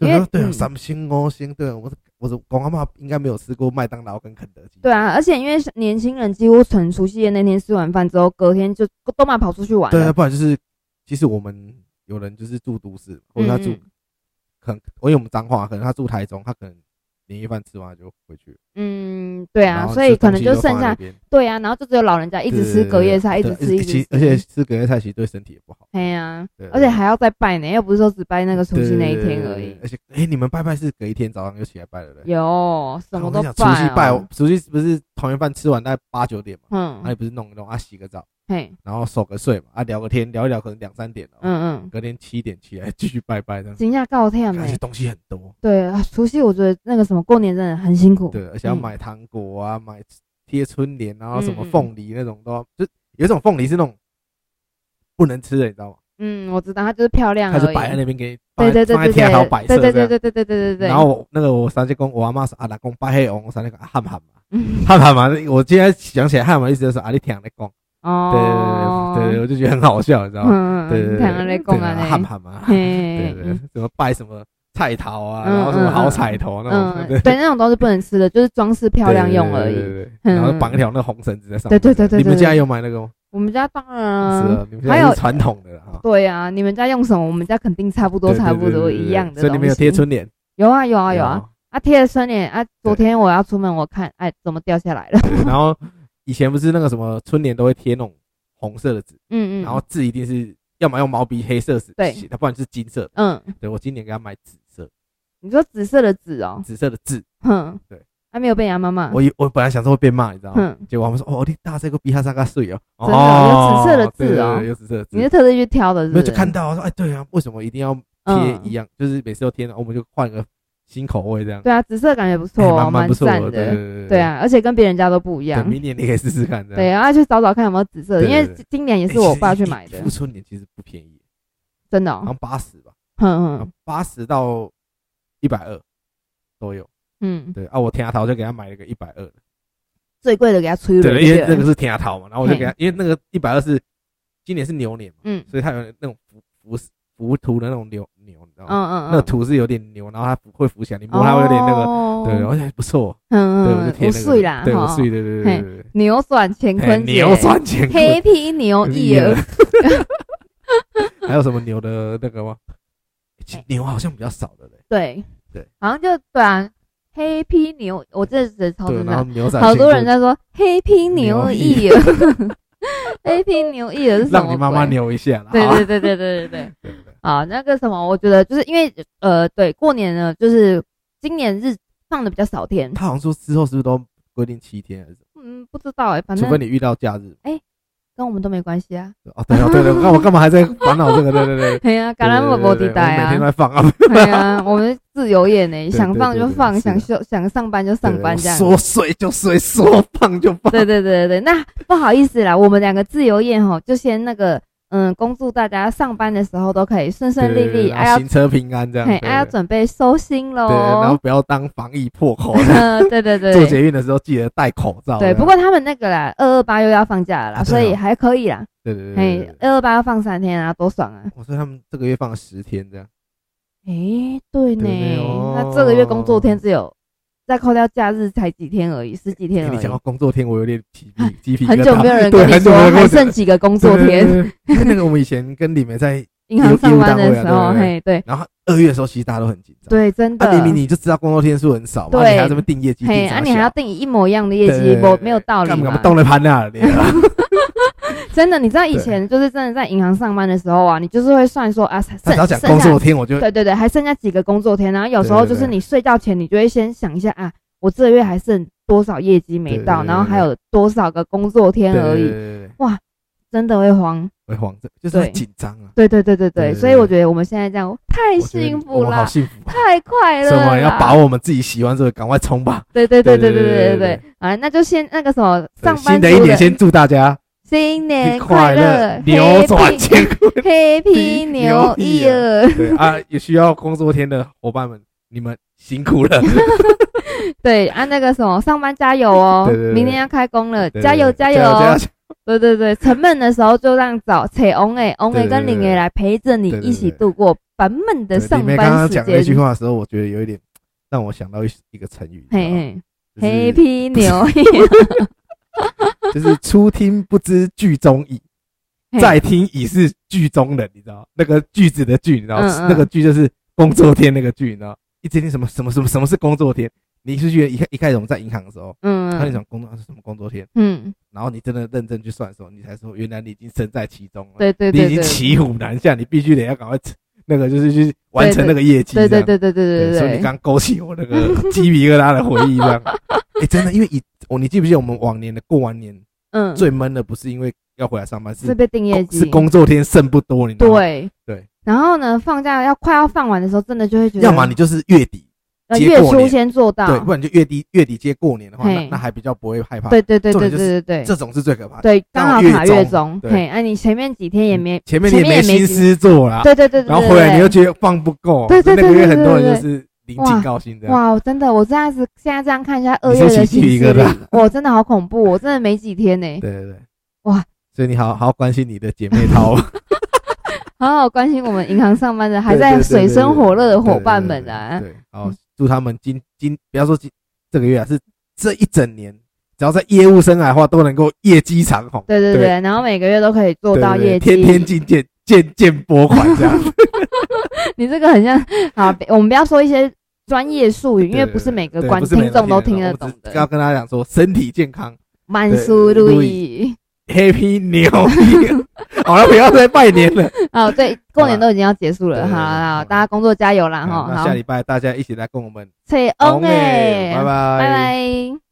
Speaker 2: 因
Speaker 1: 所以
Speaker 2: 为
Speaker 1: 他说对啊，
Speaker 2: 嗯
Speaker 1: 三星五星，对啊我我的公阿妈应该没有吃过麦当劳跟肯德基。
Speaker 2: 对，啊，而且因为是年轻人几乎从除夕夜那天吃完饭之后，隔天就都嘛跑出去玩
Speaker 1: 对啊，
Speaker 2: 了，
Speaker 1: 不然就是其实我们有人就是住都市，或者他住
Speaker 2: 嗯
Speaker 1: 可能，因为我们彰化，可能他住台中，他可能年夜饭吃完就回去了。
Speaker 2: 嗯，对
Speaker 1: 然
Speaker 2: 啊，
Speaker 1: 后
Speaker 2: 所
Speaker 1: 吃
Speaker 2: 以
Speaker 1: 东
Speaker 2: 可能
Speaker 1: 西
Speaker 2: 就
Speaker 1: 都
Speaker 2: 剩
Speaker 1: 放在
Speaker 2: 下
Speaker 1: 那边
Speaker 2: 对啊，然后就只有老人家一直吃隔夜菜，一直
Speaker 1: 对
Speaker 2: 吃，一直
Speaker 1: 其
Speaker 2: 吃，
Speaker 1: 而且吃隔夜菜其实对身体也不好。
Speaker 2: 哎呀，
Speaker 1: 对，
Speaker 2: 而且还要再拜呢，又不是说只拜那个除夕那一天
Speaker 1: 对对对
Speaker 2: 而
Speaker 1: 对
Speaker 2: 已
Speaker 1: 对。而且，哎，你们拜拜是隔一天早上就起来拜了嘞？
Speaker 2: 有什么
Speaker 1: 我
Speaker 2: 都
Speaker 1: 跟你讲除夕
Speaker 2: 拜
Speaker 1: 拜
Speaker 2: 哦，，
Speaker 1: 除夕不是团圆饭吃完大概八九点嘛，那
Speaker 2: 嗯
Speaker 1: 你，不是弄一弄啊，洗个澡，
Speaker 2: 嘿，
Speaker 1: 然后守个岁嘛，啊，聊个天，聊一聊可能两三点了，
Speaker 2: 嗯嗯，
Speaker 1: 隔天七点起来继续拜拜这样。
Speaker 2: 惊讶告天
Speaker 1: 而且
Speaker 2: 没？
Speaker 1: 东西很多，
Speaker 2: 对，啊除夕我觉得那个什么过年真的很辛苦。
Speaker 1: 对，而且要
Speaker 2: 嗯
Speaker 1: 买糖果啊，买贴春联啊，然后什么
Speaker 2: 嗯嗯
Speaker 1: 凤梨那种都要，就有一种凤梨是那种不能吃的，你知道吗？
Speaker 2: 嗯，我知道，它就是漂亮
Speaker 1: 他
Speaker 2: 而
Speaker 1: 就
Speaker 2: 已。
Speaker 1: 摆在那边给你，放
Speaker 2: 对
Speaker 1: 在
Speaker 2: 对对
Speaker 1: 放在
Speaker 2: 对
Speaker 1: 天
Speaker 2: 对
Speaker 1: 桥摆设
Speaker 2: 对
Speaker 1: 这
Speaker 2: 对
Speaker 1: 样。
Speaker 2: 对对对对对对。
Speaker 1: 然后我那个我三舅公，我阿妈说啊，老公拜黑翁，我三舅公啊汉汉嘛，
Speaker 2: 嗯，
Speaker 1: 汉汉嘛，我今天想起来汉汉意思就是啊，你听在讲，
Speaker 2: 哦，
Speaker 1: 对对对对对，我就觉得很好笑，你知道吗？
Speaker 2: 嗯，嗯
Speaker 1: 对对
Speaker 2: 嗯，看来
Speaker 1: 对，
Speaker 2: 讲
Speaker 1: 啊汉
Speaker 2: 啊嘞，
Speaker 1: 汉嘛，对
Speaker 2: 嘿
Speaker 1: 对，对什么拜什么菜桃啊，
Speaker 2: 嗯
Speaker 1: 然后什么
Speaker 2: 嗯
Speaker 1: 好
Speaker 2: 嗯
Speaker 1: 彩头那种，
Speaker 2: 嗯，对，那种都是不能吃的，就是装饰漂亮用而
Speaker 1: 对
Speaker 2: 已。
Speaker 1: 对对对对
Speaker 2: 嗯
Speaker 1: 然后绑一条那红绳子在上
Speaker 2: 对
Speaker 1: 面，
Speaker 2: 对对对对
Speaker 1: 你们
Speaker 2: 对
Speaker 1: 家有买那个吗？
Speaker 2: 我们家当然
Speaker 1: 是
Speaker 2: 啊，
Speaker 1: 啊，你们家
Speaker 2: 还有
Speaker 1: 是传统的了哈，
Speaker 2: 对啊，你们家用什么，我们家肯定差不多，
Speaker 1: 对对
Speaker 2: 差不
Speaker 1: 对对
Speaker 2: 多
Speaker 1: 对对
Speaker 2: 一样的东西。
Speaker 1: 所以你们有贴春联？
Speaker 2: 有啊有啊有啊啊贴了春联啊！昨天我要出门，我看哎怎么掉下来了？
Speaker 1: 对。然后以前不是那个什么春联都会贴那种红色的纸，
Speaker 2: 嗯嗯，
Speaker 1: 然后字一定是要么用毛笔黑色纸
Speaker 2: 对
Speaker 1: 写的，不然就是金色的。
Speaker 2: 嗯，
Speaker 1: 对我今年给他买紫色，
Speaker 2: 你说紫色的紫哦，
Speaker 1: 紫色的字，
Speaker 2: 哼，
Speaker 1: 对，
Speaker 2: 还没有被人家妈妈，
Speaker 1: 我以我本来想说会被骂，你知道吗？
Speaker 2: 哼，
Speaker 1: 结果我们说哦，你大这个比他三个岁哦，
Speaker 2: 嗯真的有紫色的字哦
Speaker 1: 对对对有紫色的字
Speaker 2: 你是，特地去挑的是不
Speaker 1: 没有
Speaker 2: 是？
Speaker 1: 就看到我说哎，对啊，为什么一定要贴
Speaker 2: 嗯
Speaker 1: 一样？就是每次都贴，然后我们就换个新口味这样，
Speaker 2: 对啊，紫色感觉不错
Speaker 1: 哎
Speaker 2: 哦，
Speaker 1: 蛮蛮不错
Speaker 2: 赞
Speaker 1: 的，对
Speaker 2: 的，
Speaker 1: 对
Speaker 2: 对，啊，而且跟别人家都不一
Speaker 1: 对
Speaker 2: 样，
Speaker 1: 明年你可以试试看这样。
Speaker 2: 对，然后去找找看有没有紫色的，
Speaker 1: 对
Speaker 2: 因
Speaker 1: 对
Speaker 2: 为
Speaker 1: 对
Speaker 2: 今年也
Speaker 1: 哎，
Speaker 2: 是我爸去买
Speaker 1: 其实
Speaker 2: 的
Speaker 1: 一一，副春联其实不便宜，
Speaker 2: 真的
Speaker 1: 好
Speaker 2: 哦，嗯
Speaker 1: 像八十吧，
Speaker 2: 哼哼
Speaker 1: 八十到一百二都有。
Speaker 2: 嗯，
Speaker 1: 对啊，我天涯桃就给他买了个一百二，
Speaker 2: 最贵的给他吹了，
Speaker 1: 对，因为那个
Speaker 2: 个，
Speaker 1: 是天涯桃嘛，然后我就给他，因为那个一百二是今年是牛年嘛，
Speaker 2: 嗯
Speaker 1: 所以它有那种浮浮浮图的那种牛牛，你知道
Speaker 2: 嗯
Speaker 1: 吗？
Speaker 2: 嗯嗯，
Speaker 1: 那个图是有点牛，然后它浮会浮起来，你摸它会有点那个，
Speaker 2: 个
Speaker 1: 对，我想不错，对，我
Speaker 2: 哦嗯
Speaker 1: 就
Speaker 2: 嗯，
Speaker 1: 贴
Speaker 2: 五岁
Speaker 1: 那
Speaker 2: 啦，
Speaker 1: 个，对，
Speaker 2: 哈
Speaker 1: 我碎，对对对对对
Speaker 2: 扭转乾
Speaker 1: 对，哎
Speaker 2: 坤节，
Speaker 1: 牛赚钱，
Speaker 2: 黑皮 牛一儿，
Speaker 1: 还有什么牛的那个吗？其实
Speaker 2: 哎
Speaker 1: 牛好像比较少的嘞，
Speaker 2: 对
Speaker 1: 对，
Speaker 2: 好像就对啊，黑皮牛，我这只超
Speaker 1: 对，
Speaker 2: 真
Speaker 1: 然后
Speaker 2: 的，
Speaker 1: 牛仔
Speaker 2: 好多
Speaker 1: 钱
Speaker 2: 人在说黑皮牛一儿， 黑皮牛一儿是什么
Speaker 1: 让
Speaker 2: 鬼？
Speaker 1: 你妈妈牛一下啦，
Speaker 2: 对
Speaker 1: 好啊
Speaker 2: 对对对对对对，
Speaker 1: 对对对
Speaker 2: 啊，那个什么，我觉得就是因为呃，对，过年呢，就是今年日放的比较少天，
Speaker 1: 他好像说之后是不是都规定七天还是什么？
Speaker 2: 嗯，不知道哎，反
Speaker 1: 除非
Speaker 2: 正
Speaker 1: 你遇到假日。
Speaker 2: 跟我们都没关系 啊，
Speaker 1: 哦，对哦，对对，那我干嘛还在烦恼这个？对对对，
Speaker 2: 哎呀，感染我
Speaker 1: 对
Speaker 2: 没
Speaker 1: 对
Speaker 2: 地
Speaker 1: 对
Speaker 2: 带
Speaker 1: 我每天都
Speaker 2: 啊，
Speaker 1: 在放啊，
Speaker 2: 哎呀，我们自由业呢，
Speaker 1: 对
Speaker 2: 想放就放，
Speaker 1: 对对
Speaker 2: 想
Speaker 1: 对
Speaker 2: 休想上班就上班这样
Speaker 1: 对
Speaker 2: 子。
Speaker 1: 我说睡就睡，说放就放。
Speaker 2: 对对对对，对，那不好意思啦，我们两个自由宴哈，就先那个，嗯，恭祝大家上班的时候都可以顺顺利
Speaker 1: 对对对
Speaker 2: 利，哎
Speaker 1: 然后
Speaker 2: 要
Speaker 1: 行车平安这样。
Speaker 2: 嘿，
Speaker 1: 对
Speaker 2: 哎要
Speaker 1: 对
Speaker 2: 准备收心
Speaker 1: 对，然后
Speaker 2: 喽。
Speaker 1: 不要当防疫破口。
Speaker 2: 嗯， 对对对
Speaker 1: 做
Speaker 2: 对，
Speaker 1: 捷运的时候记得戴口罩。这
Speaker 2: 对，
Speaker 1: 样
Speaker 2: 不过他们那个啦，二二八又要放假了啦，
Speaker 1: 啊对
Speaker 2: 所
Speaker 1: 啊
Speaker 2: 以还可以啦。
Speaker 1: 对对对对对
Speaker 2: 嘿
Speaker 1: 对，对，
Speaker 2: 二二八要放三天啊，多爽啊！
Speaker 1: 我说他们这个月放了十天这样。
Speaker 2: 诶，
Speaker 1: 对
Speaker 2: 对
Speaker 1: 对
Speaker 2: 呢
Speaker 1: 哦，
Speaker 2: 那这个月工作天只有再扣掉假日才几天而已，十几天
Speaker 1: 哎
Speaker 2: 而
Speaker 1: 你讲到
Speaker 2: 已。
Speaker 1: 工作天，我有点皮皮鸡皮疙瘩。
Speaker 2: 很久没有人
Speaker 1: 对
Speaker 2: 跟你
Speaker 1: 很久没
Speaker 2: 说
Speaker 1: 有人跟
Speaker 2: 还
Speaker 1: 我讲
Speaker 2: 剩几个工作
Speaker 1: 对对
Speaker 2: 天，
Speaker 1: 对对对那个我们以前跟李梅在，
Speaker 2: 银行上班
Speaker 1: 业务
Speaker 2: 的
Speaker 1: 单
Speaker 2: 时
Speaker 1: 位啊对对
Speaker 2: 候，
Speaker 1: 对
Speaker 2: 嘿，对。
Speaker 1: 然后二月的时候其实大家都很紧张。
Speaker 2: 对，真
Speaker 1: 啊，
Speaker 2: 的。
Speaker 1: 明明你就知道工作天数很少嘛，
Speaker 2: 对
Speaker 1: 你还这么定业绩，
Speaker 2: 嘿，
Speaker 1: 定
Speaker 2: 啊，
Speaker 1: 啥
Speaker 2: 你还
Speaker 1: 小
Speaker 2: 要定一模一样的业
Speaker 1: 对
Speaker 2: 绩，
Speaker 1: 对
Speaker 2: 我
Speaker 1: 对
Speaker 2: 没有道理
Speaker 1: 干嘛
Speaker 2: 嘛
Speaker 1: 不？动了盘了？你
Speaker 2: 真的，你知道以前就是真的在银行上班的时候啊，你就是会算说啊，剩
Speaker 1: 他只要讲
Speaker 2: 剩下
Speaker 1: 工作天，我就
Speaker 2: 对对对，还剩下几个工作天，然后有时候
Speaker 1: 呃对对
Speaker 2: 就
Speaker 1: 对
Speaker 2: 是你睡觉前，你就会先想一下啊，我这个月还剩多少业绩没
Speaker 1: 对对
Speaker 2: 到，
Speaker 1: 对
Speaker 2: 然后
Speaker 1: 对
Speaker 2: 还有多少个工作天
Speaker 1: 对对
Speaker 2: 啊而
Speaker 1: 对
Speaker 2: 已，
Speaker 1: 对对对
Speaker 2: 真的会慌。
Speaker 1: 会慌，这就是会
Speaker 2: 对
Speaker 1: 紧张啊。
Speaker 2: 对对对对
Speaker 1: 对
Speaker 2: 对，
Speaker 1: 对
Speaker 2: 所以我觉得我们现在这样太
Speaker 1: 我觉得
Speaker 2: 幸
Speaker 1: 我
Speaker 2: 福
Speaker 1: 们好
Speaker 2: 啦，
Speaker 1: 幸福啊！
Speaker 2: 太快乐
Speaker 1: 什么
Speaker 2: 了，
Speaker 1: 要把握我们自己喜欢这个，赶快冲吧！
Speaker 2: 对对对对
Speaker 1: 对
Speaker 2: 对
Speaker 1: 对
Speaker 2: 对
Speaker 1: 对
Speaker 2: 对
Speaker 1: 对
Speaker 2: 对，啊，那就先那个什么
Speaker 1: 对
Speaker 2: 上班
Speaker 1: 新的
Speaker 2: 族
Speaker 1: 一年先祝大家
Speaker 2: 新年
Speaker 1: 快
Speaker 2: 乐，
Speaker 1: 扭转 乾坤。
Speaker 2: 黑 皮牛一儿。
Speaker 1: 对啊，也需要工作天的伙伴们，你们辛苦 了。
Speaker 2: 对，
Speaker 1: 啊
Speaker 2: 按、那个什么，上班加油哦，
Speaker 1: 对对对
Speaker 2: 明天要开工了，
Speaker 1: 对
Speaker 2: 加油
Speaker 1: 对对
Speaker 2: 油
Speaker 1: 加
Speaker 2: 哦
Speaker 1: 油！！加油
Speaker 2: 对对对，沉闷的时候就让找且翁哎翁哎
Speaker 1: 对对对
Speaker 2: 跟林哎来陪着你
Speaker 1: 对对对
Speaker 2: 一起度过烦闷的
Speaker 1: 对
Speaker 2: 上
Speaker 1: 你们刚
Speaker 2: 班
Speaker 1: 刚
Speaker 2: 时
Speaker 1: 讲那句
Speaker 2: 间。
Speaker 1: 话的时候，我觉得有一点让我想到一一个成语，
Speaker 2: 嘿嘿，
Speaker 1: 你知道吗啊就是
Speaker 2: 黑皮牛一
Speaker 1: 就是初听不知剧中意，
Speaker 2: 嘿
Speaker 1: 再听已是剧中人，你知道那个句子的句，你知道、
Speaker 2: 嗯嗯
Speaker 1: 那个句就是工作天那个句，你知道一直听什么什么什么什么是工作天？你是觉得一开一开始我们在银行的时候，他就
Speaker 2: 嗯
Speaker 1: 讲工作是什么工作天，
Speaker 2: 嗯，
Speaker 1: 然后你真的认真去算的时候，你才说原来你已经身在其中了，
Speaker 2: 对对
Speaker 1: 你
Speaker 2: 对
Speaker 1: 已经
Speaker 2: 对，
Speaker 1: 骑虎难下，你必须得要赶快 那个就是去完成那个业绩，
Speaker 2: 对
Speaker 1: 这
Speaker 2: 对
Speaker 1: 样
Speaker 2: 对对对对
Speaker 1: 所以你刚勾起我那个 鸡皮疙瘩的回忆，这 样，哎，真的，因为以我你记不记得我们往年的过完年
Speaker 2: 嗯，
Speaker 1: 最闷的不是因为要回来上班，是
Speaker 2: 是被定业绩
Speaker 1: 是工作天剩不多，你知道吗？
Speaker 2: 对
Speaker 1: 对。
Speaker 2: 然后呢，放假要快要放完的时候，真的就会觉得，
Speaker 1: 要么你就是月底，
Speaker 2: 呃
Speaker 1: 接
Speaker 2: 月
Speaker 1: 过
Speaker 2: 初
Speaker 1: 年
Speaker 2: 先做到，
Speaker 1: 对，不然你就月底月底接过年的话，那
Speaker 2: 啊嘿
Speaker 1: 那还比较不会害怕。，
Speaker 2: 对对对
Speaker 1: 重
Speaker 2: 对
Speaker 1: 点就
Speaker 2: 对
Speaker 1: 是
Speaker 2: 对对
Speaker 1: 这种是最可怕的。
Speaker 2: 对，刚好卡
Speaker 1: 月
Speaker 2: 月中
Speaker 1: 中，对嗯
Speaker 2: 嘿，哎，你前面几天也没，
Speaker 1: 前面你也
Speaker 2: 前面也
Speaker 1: 没
Speaker 2: 没
Speaker 1: 心思做啦，
Speaker 2: 对对对对，
Speaker 1: 然后回来你又
Speaker 2: 就
Speaker 1: 觉得放不够，
Speaker 2: 对
Speaker 1: 所
Speaker 2: 对
Speaker 1: 以那个
Speaker 2: 对
Speaker 1: 月
Speaker 2: 对
Speaker 1: 很多
Speaker 2: 对
Speaker 1: 人
Speaker 2: 对
Speaker 1: 就是临
Speaker 2: 哇
Speaker 1: 近高薪这样。
Speaker 2: 哇，真的，我这样子现在这样看一下二
Speaker 1: 啊你
Speaker 2: 月
Speaker 1: 是
Speaker 2: 的
Speaker 1: 起鸡
Speaker 2: 行
Speaker 1: 皮
Speaker 2: 事
Speaker 1: 疙
Speaker 2: 历
Speaker 1: 瘩，
Speaker 2: 我真的好恐怖，我真的没几天呢，
Speaker 1: 对对对，
Speaker 2: 哇！
Speaker 1: 所以你好好好关心你的姐妹 淘，
Speaker 2: 好好关心我们银行上班的还
Speaker 1: 对
Speaker 2: 在
Speaker 1: 对对
Speaker 2: 水
Speaker 1: 对
Speaker 2: 深
Speaker 1: 对
Speaker 2: 火热的
Speaker 1: 对
Speaker 2: 伙
Speaker 1: 对
Speaker 2: 伴
Speaker 1: 对
Speaker 2: 们
Speaker 1: 对
Speaker 2: 啊，
Speaker 1: 对，好，祝他们今今不要说今这个月啊，是这一整年只要在业务生涯的话，都能够业绩长虹，
Speaker 2: 对对
Speaker 1: 对
Speaker 2: 对，然后每个月都可以做
Speaker 1: 对
Speaker 2: 到
Speaker 1: 对对
Speaker 2: 业绩，
Speaker 1: 天天进见见见拨款这样。
Speaker 2: 你这个很像 啊，我们不要说一些专业术语，因为
Speaker 1: 对
Speaker 2: 不是每个
Speaker 1: 对
Speaker 2: 观
Speaker 1: 不是每
Speaker 2: 听
Speaker 1: 个
Speaker 2: 众都
Speaker 1: 听
Speaker 2: 听得懂
Speaker 1: 我只要
Speaker 2: 的。
Speaker 1: 跟大家讲说，身体健康
Speaker 2: 曼苏路
Speaker 1: 路
Speaker 2: 易，
Speaker 1: ，Happy New Year。好了，不要再拜年了。
Speaker 2: 哦，对，过年都已经要结束了，
Speaker 1: 对
Speaker 2: 好
Speaker 1: 对对
Speaker 2: 啦，
Speaker 1: 好
Speaker 2: 大家工作加油啦，
Speaker 1: 好
Speaker 2: 哈，
Speaker 1: 那
Speaker 2: 好
Speaker 1: 下，礼拜大家一起来跟我们
Speaker 2: 切
Speaker 1: 红
Speaker 2: 翁哎，
Speaker 1: 拜拜
Speaker 2: 拜拜